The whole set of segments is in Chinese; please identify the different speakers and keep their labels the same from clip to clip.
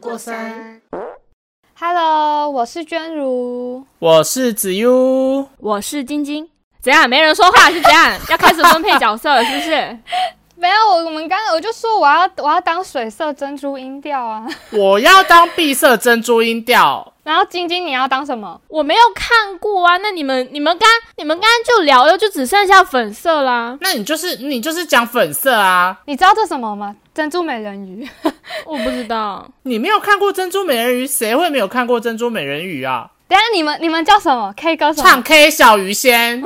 Speaker 1: 过山。
Speaker 2: Hello，我是娟如。
Speaker 3: 我是子悠，
Speaker 4: 我是晶晶。怎样？没人说话是怎 样？要开始分配角色了是不是？
Speaker 2: 没有，我我们刚刚我就说我要我要当水色珍珠音调啊。
Speaker 3: 我要当闭塞珍珠音调。
Speaker 2: 然后晶晶你要当什么？
Speaker 4: 我没有看过啊。那你们你们刚你们刚刚就聊了，就只剩下粉色啦。
Speaker 3: 那你就是你就是讲粉色啊？
Speaker 2: 你知道这什么吗？珍珠美人鱼。
Speaker 4: 我不知道，
Speaker 3: 你没有看过珍珠美人鱼，谁会没有看过珍珠美人鱼啊？
Speaker 2: 等一下你们你们叫什么？K 歌什
Speaker 3: 唱
Speaker 2: 么？
Speaker 3: K 小鱼仙，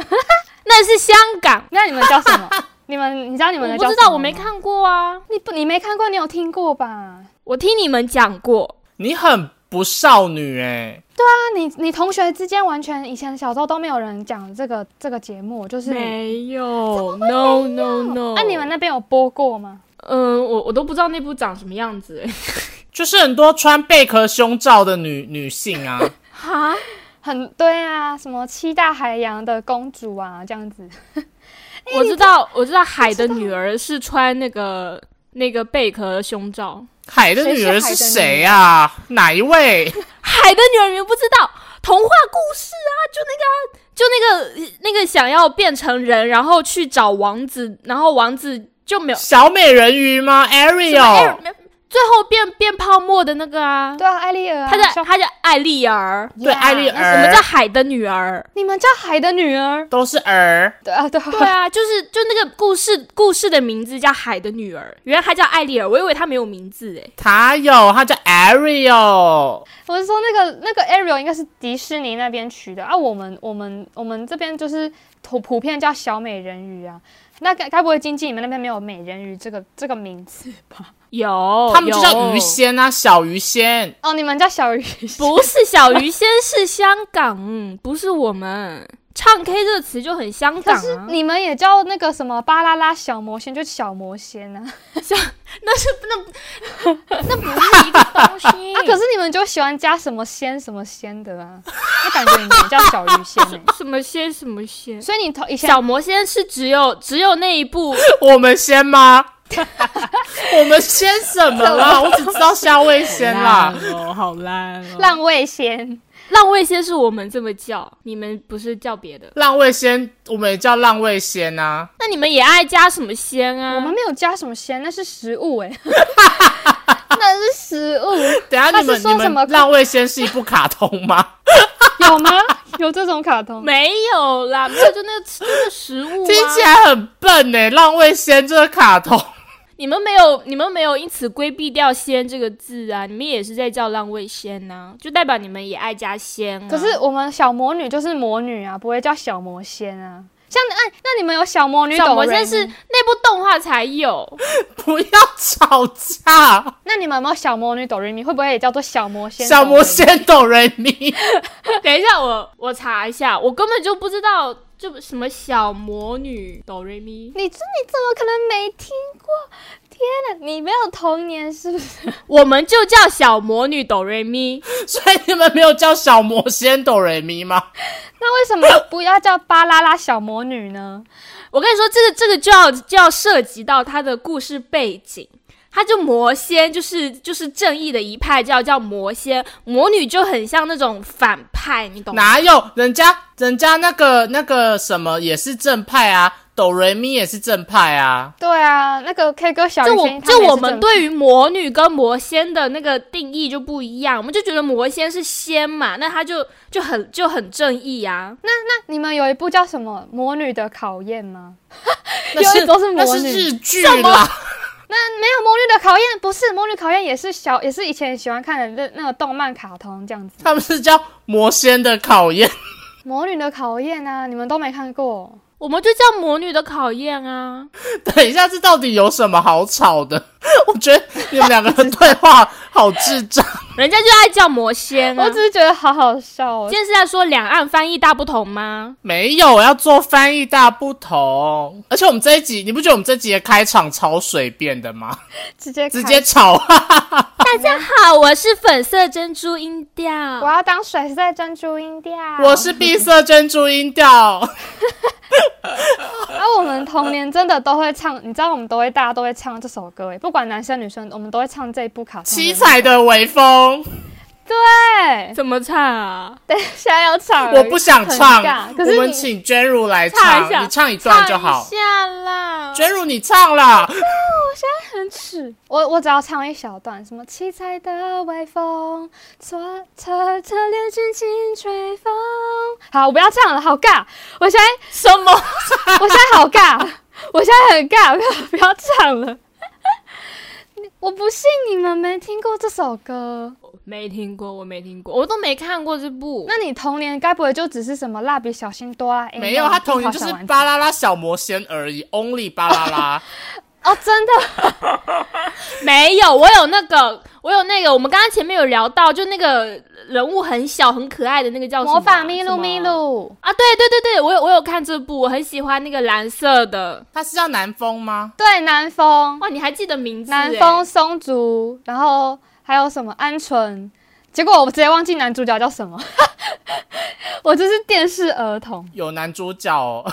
Speaker 4: 那是香港。
Speaker 2: 那你们叫 什么？你们你知道你们
Speaker 4: 我
Speaker 2: 的
Speaker 4: 不
Speaker 2: 叫
Speaker 4: 知
Speaker 2: 什么
Speaker 4: 道，
Speaker 2: 吗
Speaker 4: 我没。看过啊。
Speaker 2: 你不你没看过，你有听过吧？啊
Speaker 4: 我听你们讲过，
Speaker 3: 你很不少女哎、
Speaker 2: 那你你同学之间完全以前小时候都没有人讲这个这个节目，就是
Speaker 4: 没有，no 啊 no no。
Speaker 2: 那、你们那边有播过吗？
Speaker 4: 嗯，我我都不知道那部长什么样子、欸。
Speaker 3: 就是很多穿贝壳胸罩的女女性啊。
Speaker 4: 哈，
Speaker 2: 很对啊，什么七大海洋的公主啊，这样子。
Speaker 4: 我知道，我知道海的女儿是穿那个那个贝壳胸罩，
Speaker 3: 海的女儿是谁啊？哪一位？
Speaker 4: 海的女儿你们不知道童话故事啊，就那个啊就那个那个想要变成人，然后去找王子，然后王子就没有。
Speaker 3: 小美人鱼吗？Ariel，
Speaker 4: 没最后变变泡沫的那个啊，
Speaker 2: 啊对啊，艾丽儿、啊，
Speaker 4: 她叫
Speaker 2: 小哎
Speaker 4: 她叫艾丽儿，
Speaker 3: 对，艾丽
Speaker 4: 什么
Speaker 3: 儿
Speaker 4: 叫，海的女儿？
Speaker 2: 你们叫海的女儿。
Speaker 3: 都是儿。
Speaker 2: 对啊，对啊，
Speaker 4: 对啊，就是就那个故事故事的名字叫《海的女儿》，原来她叫艾丽儿，我以为她没有名字欸诶。
Speaker 3: 她有，她叫 Ariel。
Speaker 2: 我是说那个那个 Ariel 应该是迪士尼那边取的啊，我们我们我们这边就是普普遍叫小美人鱼啊。那该该不会经济你们那边没有美人鱼这个这个名字吧？哦
Speaker 4: 有，
Speaker 3: 他们就叫
Speaker 4: 有
Speaker 3: 鱼，仙啊，小鱼仙。
Speaker 2: 哦，你们叫小鱼
Speaker 4: 不是小鱼仙，是香港，嗯不是我们。唱 K 这个词就很香港
Speaker 2: 可是
Speaker 4: 啊，
Speaker 2: 你们也叫那个什么巴啦啦小魔仙，就小魔 仙啊。
Speaker 4: 那是那那不是一个东西
Speaker 2: 啊，可是你们就喜欢加什么仙什么仙的啊？我感觉你们叫小鱼仙、 欸，
Speaker 4: 什么仙什么仙，
Speaker 2: 所以你头以前
Speaker 4: 小魔仙是只有只有那一部
Speaker 3: 我们仙吗？ 我们仙什 么啦？我只知道夏威仙啦。
Speaker 2: 嗯
Speaker 4: 哦，好烂哦浪
Speaker 2: 浪味仙，
Speaker 4: 浪味仙是我们这么叫，你们不是叫别的。
Speaker 3: 浪味仙，我们也叫浪味仙啊。
Speaker 4: 那你们也爱加什么仙啊？
Speaker 2: 我们没有加什么仙，那是食物 哎、那是食物，
Speaker 3: 等一下
Speaker 2: 他
Speaker 3: 你
Speaker 2: 是
Speaker 3: 们
Speaker 2: 说
Speaker 3: 你
Speaker 2: 什么
Speaker 3: 们浪味仙是一部卡 通吗？
Speaker 2: 有吗？有这种卡通？
Speaker 4: 没有 啦，没有，就那就那食物、啊。
Speaker 3: 听起来很笨呢、浪味仙这个卡通，
Speaker 4: 你们没有，你们没有因此规避掉“仙”这个字啊，你们也是在叫浪味仙呐、就代表你们也爱加仙、啊。
Speaker 2: 可是我们小魔女就是魔女啊，不会叫小魔仙啊。像哎，那你们有小魔女
Speaker 4: 小
Speaker 2: 斗
Speaker 4: 魔
Speaker 2: 人
Speaker 4: 仙是那部动画才有，
Speaker 3: 不要吵架。
Speaker 2: 那你们有没有小魔女斗瑞咪？会不会也叫做小魔仙？
Speaker 3: 小魔，仙懂人迷，
Speaker 4: 等一下我我查一下，我根本就不知道就什么小魔女哆瑞咪，
Speaker 2: 你这你怎么可能没听过？天哪，你没有童年是不是？
Speaker 4: 我们就叫小魔女哆瑞咪。
Speaker 3: 所以你们没有叫小魔仙懂人迷吗？
Speaker 2: 那为什么不要叫巴啦啦小魔女呢？
Speaker 4: 我跟你说，这个这个就要就要涉及到它的故事背景。它就魔仙，就是就是正义的一派，叫叫魔仙。魔女就很像那种反派，你懂吗？
Speaker 3: 哪有人家人家那个那个什么也是正派啊，哆瑞咪也是正派啊。
Speaker 2: 对啊，那个 K 歌小
Speaker 4: 就
Speaker 2: 鱼
Speaker 4: 我
Speaker 2: 仙，
Speaker 4: 就我
Speaker 2: 他也是
Speaker 4: 们
Speaker 2: 正
Speaker 4: 对于魔女跟魔仙的那个定义就不一样，我们就觉得魔仙是仙嘛，那她就就很就很正义啊。
Speaker 2: 那你们有一部叫什么《魔女的考验》吗？
Speaker 3: 那
Speaker 2: 有
Speaker 3: 是
Speaker 2: 一种是
Speaker 3: 那
Speaker 2: 魔
Speaker 3: 是
Speaker 2: 女
Speaker 3: 日剧啦，
Speaker 2: 那没有《魔女的考验》，不是《魔女考验》，也是小，也是以前喜欢看的那那个动漫卡通这样子。《
Speaker 3: 他们是叫魔仙的考验。
Speaker 2: 魔女的考验》啊，你们都没看过？
Speaker 4: 我们就叫魔女的考验啊，
Speaker 3: 等一下，这到底有什么好吵的？ 我觉得你们两个的对话好智障。
Speaker 4: 人家就爱叫魔仙啊
Speaker 2: 我。只是觉得好好笑哦
Speaker 4: 今。天是在说两岸翻译大不同吗？
Speaker 3: 没有，我要做翻译大不同。而且我们这一集，你不觉得我们这集的开场超随便的吗？
Speaker 2: 直接
Speaker 3: 直
Speaker 2: 开
Speaker 3: 接，吵。
Speaker 4: 大家好，我是粉色珍珠音
Speaker 2: 我
Speaker 4: 调，
Speaker 2: 要当水色珍珠音调。
Speaker 3: 我是闭塞珍珠音调。
Speaker 2: 啊，啊，我们童年真的都会唱， 你知道我们都会大家都会唱这首歌，哎，不管男生女生，我们都会唱这一部卡通。
Speaker 3: 七彩，的微风，
Speaker 2: 对，
Speaker 4: 怎么唱啊？
Speaker 2: 等一下要唱，
Speaker 3: 我不想
Speaker 2: 呃很尬
Speaker 3: 唱，
Speaker 2: 可是
Speaker 3: 我们
Speaker 2: 你
Speaker 3: 请娟如来
Speaker 4: 唱一下
Speaker 3: 唱，你唱一段就好
Speaker 4: 唱。一下啦。
Speaker 3: 娟如，你唱啦，
Speaker 2: 很耻。我我只要唱一小段，什么七彩的微风，侧侧侧脸轻轻吹风。好，我不要唱了，好尬。我现在
Speaker 4: 什么？
Speaker 2: 我现在好尬，我现在很尬，不 要不要唱了。你我不信你们没听过这首歌，
Speaker 4: 没听过，我没听过，我都没看过这部。
Speaker 2: 那你童年该不会就只是什么蜡笔小新、哆啦 A 梦
Speaker 3: 没有，他童年就是
Speaker 2: 樱桃小丸子
Speaker 3: 巴啦啦小魔仙 而已，Only 巴啦啦。
Speaker 2: 哦，真的
Speaker 4: 没有，我有那个，我有那个，我们刚刚前面有聊到，就那个人物很小很可爱的那个叫什么啊
Speaker 2: 魔法咪噜咪。
Speaker 4: 什么
Speaker 2: 噜，
Speaker 4: 啊，对对对对，我有我有看这部，我很喜欢那个蓝色的。
Speaker 3: 他是叫南风吗？
Speaker 2: 对，南风。
Speaker 4: 哇，你还记得名字、
Speaker 2: 南
Speaker 4: 欸
Speaker 2: 风、松竹，然后还有什么鹌鹑，结果我直接忘记男主角叫什么， 我就是电视儿童。
Speaker 3: 有男主 角哦，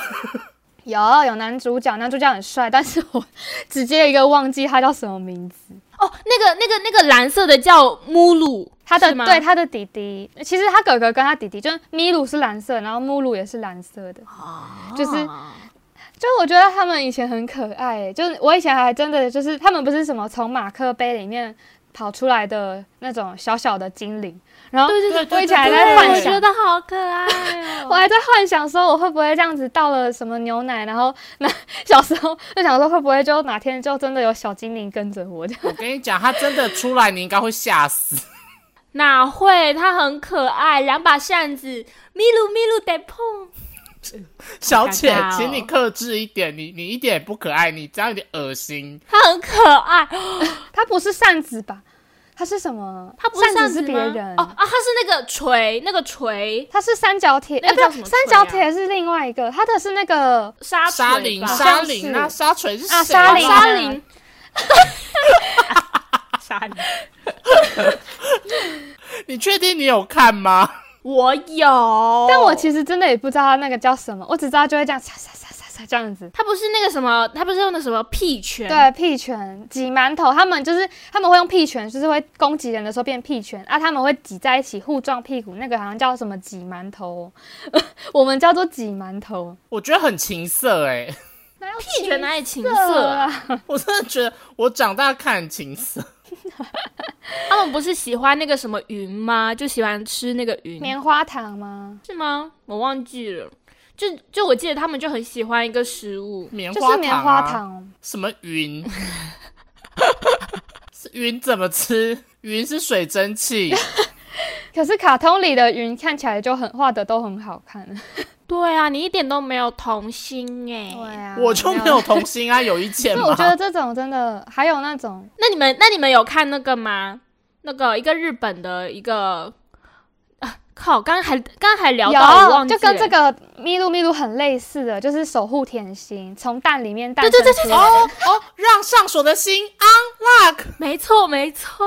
Speaker 2: 有有男主角，男主角很帅，但是我直接一个忘记他叫什么名字。
Speaker 4: 哦，那个那个那个蓝色的叫目录，
Speaker 2: 他的
Speaker 4: 是吗
Speaker 2: 对他的弟弟，其实他哥哥跟他弟弟，就是米鲁是蓝色，然后目鲁也是蓝色的。
Speaker 4: 哦
Speaker 2: 就是就我觉得他们以前很可爱、欸，就是我以前还真的就是他们不是什么从马克杯里面跑出来的那种小小的精灵，然后
Speaker 4: 对对
Speaker 3: 对对
Speaker 2: 我以前还
Speaker 3: 对
Speaker 2: 在
Speaker 3: 对
Speaker 2: 幻
Speaker 4: 我
Speaker 2: 想
Speaker 4: 觉，得好可爱、
Speaker 2: 我
Speaker 4: 哦。
Speaker 2: 还在幻想说我会不会这样子倒了什么牛奶，然后那 小时候就想说会不会就哪天就真的有小精灵跟着我这样。
Speaker 3: 我跟你讲，他真的出来，你应该会吓死。
Speaker 4: 哪会？它很可爱，两把扇子，咪噜咪噜得碰。
Speaker 3: 小姐
Speaker 4: 尴尬哦，
Speaker 3: 请你克制一点，你你一点也不可爱，你这样有点恶心。
Speaker 4: 它很可爱，
Speaker 2: 它不是扇子吧？它是什么？
Speaker 4: 它不是
Speaker 2: 扇
Speaker 4: 扇
Speaker 2: 子是别
Speaker 4: 吗
Speaker 2: 人
Speaker 4: 哦啊，它是那个锤，那个锤
Speaker 2: 它是三角铁，
Speaker 4: 那个
Speaker 2: 哎，
Speaker 4: 叫
Speaker 2: 不
Speaker 4: 什
Speaker 2: 是
Speaker 4: 么
Speaker 2: 三
Speaker 4: 锤
Speaker 2: 角
Speaker 4: 啊
Speaker 2: 铁是另外一个，它的是那个
Speaker 4: 沙锤
Speaker 3: 沙
Speaker 4: 吧
Speaker 3: 林，
Speaker 2: 吧
Speaker 3: 沙林啊，
Speaker 2: 好像是
Speaker 3: 沙锤是谁
Speaker 2: 啊
Speaker 3: 啊？
Speaker 2: 沙林
Speaker 4: 沙林，沙林，
Speaker 3: 你确定你有看吗？
Speaker 4: 我有，
Speaker 2: 但我其实真的也不知道它那个叫什么，我只知道就会这样撒撒撒撒撒这样子。
Speaker 4: 他不是那个什么，他不是用的什么屁拳，
Speaker 2: 对，屁拳挤馒头，他们就是他们会用屁拳，就是会攻击人的时候变屁拳啊，他们会挤在一起互撞屁股，那个好像叫什么挤馒头，哦 我们叫做挤馒头。
Speaker 3: 我觉得很情色哎、
Speaker 4: 屁拳哪里情色
Speaker 2: 色
Speaker 4: 啊？
Speaker 2: 啊，
Speaker 3: 我真的觉得我长大看很情色。
Speaker 4: 他们不是喜欢那个什么云吗？就喜欢吃那个云，
Speaker 2: 棉花糖吗？
Speaker 4: 是吗？我忘记了。就就我记得他们就很喜欢一个食物，
Speaker 3: 棉
Speaker 2: 就是
Speaker 3: 花糖、啊，
Speaker 2: 棉花糖，
Speaker 3: 什么云？ 是云怎么吃？云是水蒸气，
Speaker 2: 可是卡通里的云看起来就很画的都很好 看。
Speaker 4: 对啊，你一点都没有童心哎、
Speaker 2: 对啊，
Speaker 3: 我就没有童心啊，有意见
Speaker 2: 所以
Speaker 3: 吗？
Speaker 2: 我觉得这种真的还有那种
Speaker 4: 那你们那你们有看那个吗？那个一个日本的一个，啊、靠，刚刚还刚刚还聊到我
Speaker 2: 有
Speaker 4: 忘记
Speaker 2: 就
Speaker 4: 了，
Speaker 2: 跟这个咪噜咪噜很类似的，就是守护甜心，从蛋里面诞生
Speaker 4: 对对对
Speaker 2: 出来
Speaker 3: 哦哦，让上锁的心 unlock。
Speaker 4: 没错没错。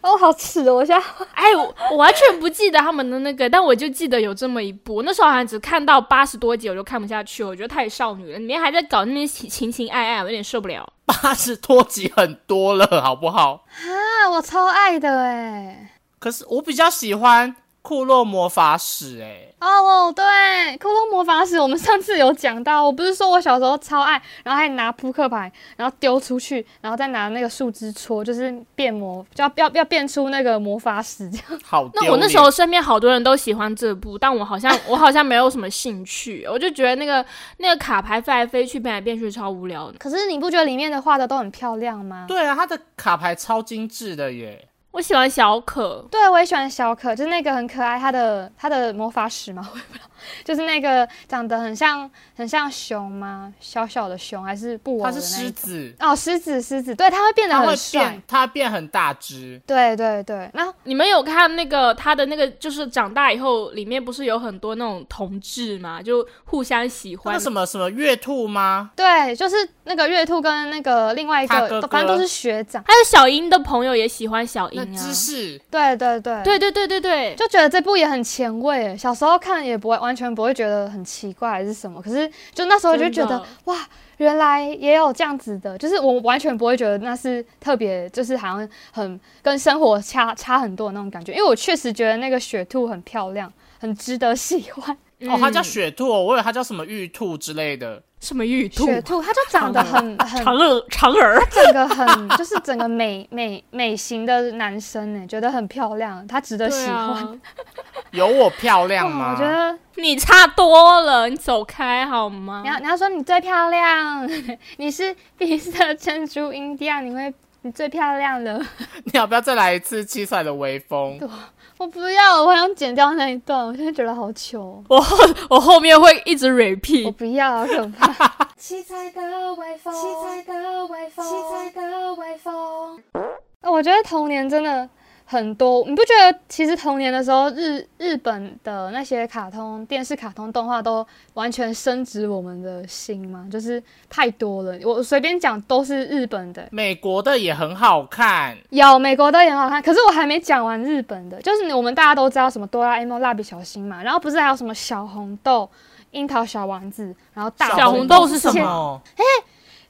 Speaker 2: 哦，好耻哦！我现在
Speaker 4: 哎，我我完全不记得他们的那个，但我就记得有这么一部。我那时候好像只看到八十多集，我就看不下去，我觉得太少女了，里面还在搞那边情情情爱爱，我有点受不了。
Speaker 3: 八十多集很多了，好不好？
Speaker 2: 啊，我超爱的哎。
Speaker 3: 可是我比较喜欢库洛魔法使、欸，
Speaker 2: 哦，对，《骷髅魔法使》我们上次有讲到，我不是说我小时候超爱，然后还拿扑克牌，然后丢出去，然后再拿那个树枝戳，就是变魔，就要要要变出那个魔法使这样。
Speaker 3: 好丢
Speaker 4: 那
Speaker 3: 脸。
Speaker 4: 我那时候身边好多人都喜欢这部，但我好像我好像没有什么兴趣，我就觉得那个那个卡牌飞来飞去、变来变去超无聊的。
Speaker 2: 可是你不觉得里面的画的都很漂亮吗？
Speaker 3: 对啊，他的卡牌超精致的耶。
Speaker 4: 我喜欢小可，
Speaker 2: 对，我也喜欢小可，就是那个很可爱，她的她的魔法使嘛，我也不知道， 就是那个长得很像很像熊吗？小小的熊还是布偶
Speaker 3: 他
Speaker 2: 的
Speaker 3: 是
Speaker 2: 那一
Speaker 3: 狮
Speaker 2: 种
Speaker 3: 子，
Speaker 2: 哦，狮子，狮子，对，它会变得
Speaker 3: 他会
Speaker 2: 很帅
Speaker 3: 变，，他变很大只。
Speaker 2: 对对对。那
Speaker 4: 你们有看那个他的那个，就是长大以后里面不是有很多那种同志嘛，就互相喜
Speaker 3: 那
Speaker 4: 欢
Speaker 3: 个。什么什么月兔吗？
Speaker 2: 对，就是那个月兔跟那个另外一
Speaker 3: 他
Speaker 2: 个，
Speaker 3: 哥哥
Speaker 2: 反正都是学长。
Speaker 4: 还有小樱的朋友也喜欢小樱
Speaker 3: 那
Speaker 4: 情啊
Speaker 3: 知。识，
Speaker 2: 对对对，
Speaker 4: 对对对对对，
Speaker 2: 就觉得这部也很前卫。小时候看也不会完全不会觉得很奇怪还是什么，可是就那时候就觉
Speaker 4: 真
Speaker 2: 得
Speaker 4: 的
Speaker 2: 哇，原来也有这样子的，就是我完全不会觉得那是特别，就是好像很跟生活差差很多的那种感觉。因为我确实觉得那个雪兔很漂亮，很值得喜欢。
Speaker 3: 哦，它叫
Speaker 4: 嗯
Speaker 3: 雪兔哦，我以为它叫什么玉兔之类的。
Speaker 4: 什么玉兔、
Speaker 2: 雪兔它就长得很很
Speaker 4: 嫦娥、嫦娥，
Speaker 2: 整个很 就是整个美美美型的男生呢，觉得很漂亮，他值得喜欢。
Speaker 4: 啊，
Speaker 3: 有我漂亮
Speaker 2: 哇
Speaker 3: 吗？
Speaker 2: 我觉得
Speaker 4: 你差多了，你走开好吗
Speaker 2: 你？要你要说你最漂亮， 你是碧色珍珠音调，你会你最漂亮了。
Speaker 3: 你要不要再来一次七彩的微风？
Speaker 2: 我不要，我想剪掉那一段，我现在觉得好糗，
Speaker 4: 我后我后面会一直
Speaker 2: 我
Speaker 4: repeat，
Speaker 2: 不要，好可怕。
Speaker 1: 七彩的微风，七彩的微风，七彩的微风。
Speaker 2: 呃我觉得童年真的很多，你不觉得？其实童年的时候，日日本的那些卡通、电视卡通、动画都完全深植我们的心吗？就是太多了，我随便讲都是日本的，
Speaker 3: 美国的也很好看，
Speaker 2: 有美国的也很好看，可是我还没讲完日本的，就是我们大家都知道什么哆啦 A 梦、蜡笔小新嘛，然后不是还有什么小红豆、樱桃小丸子，然后大
Speaker 4: 小红豆是什
Speaker 2: 这些
Speaker 4: 么？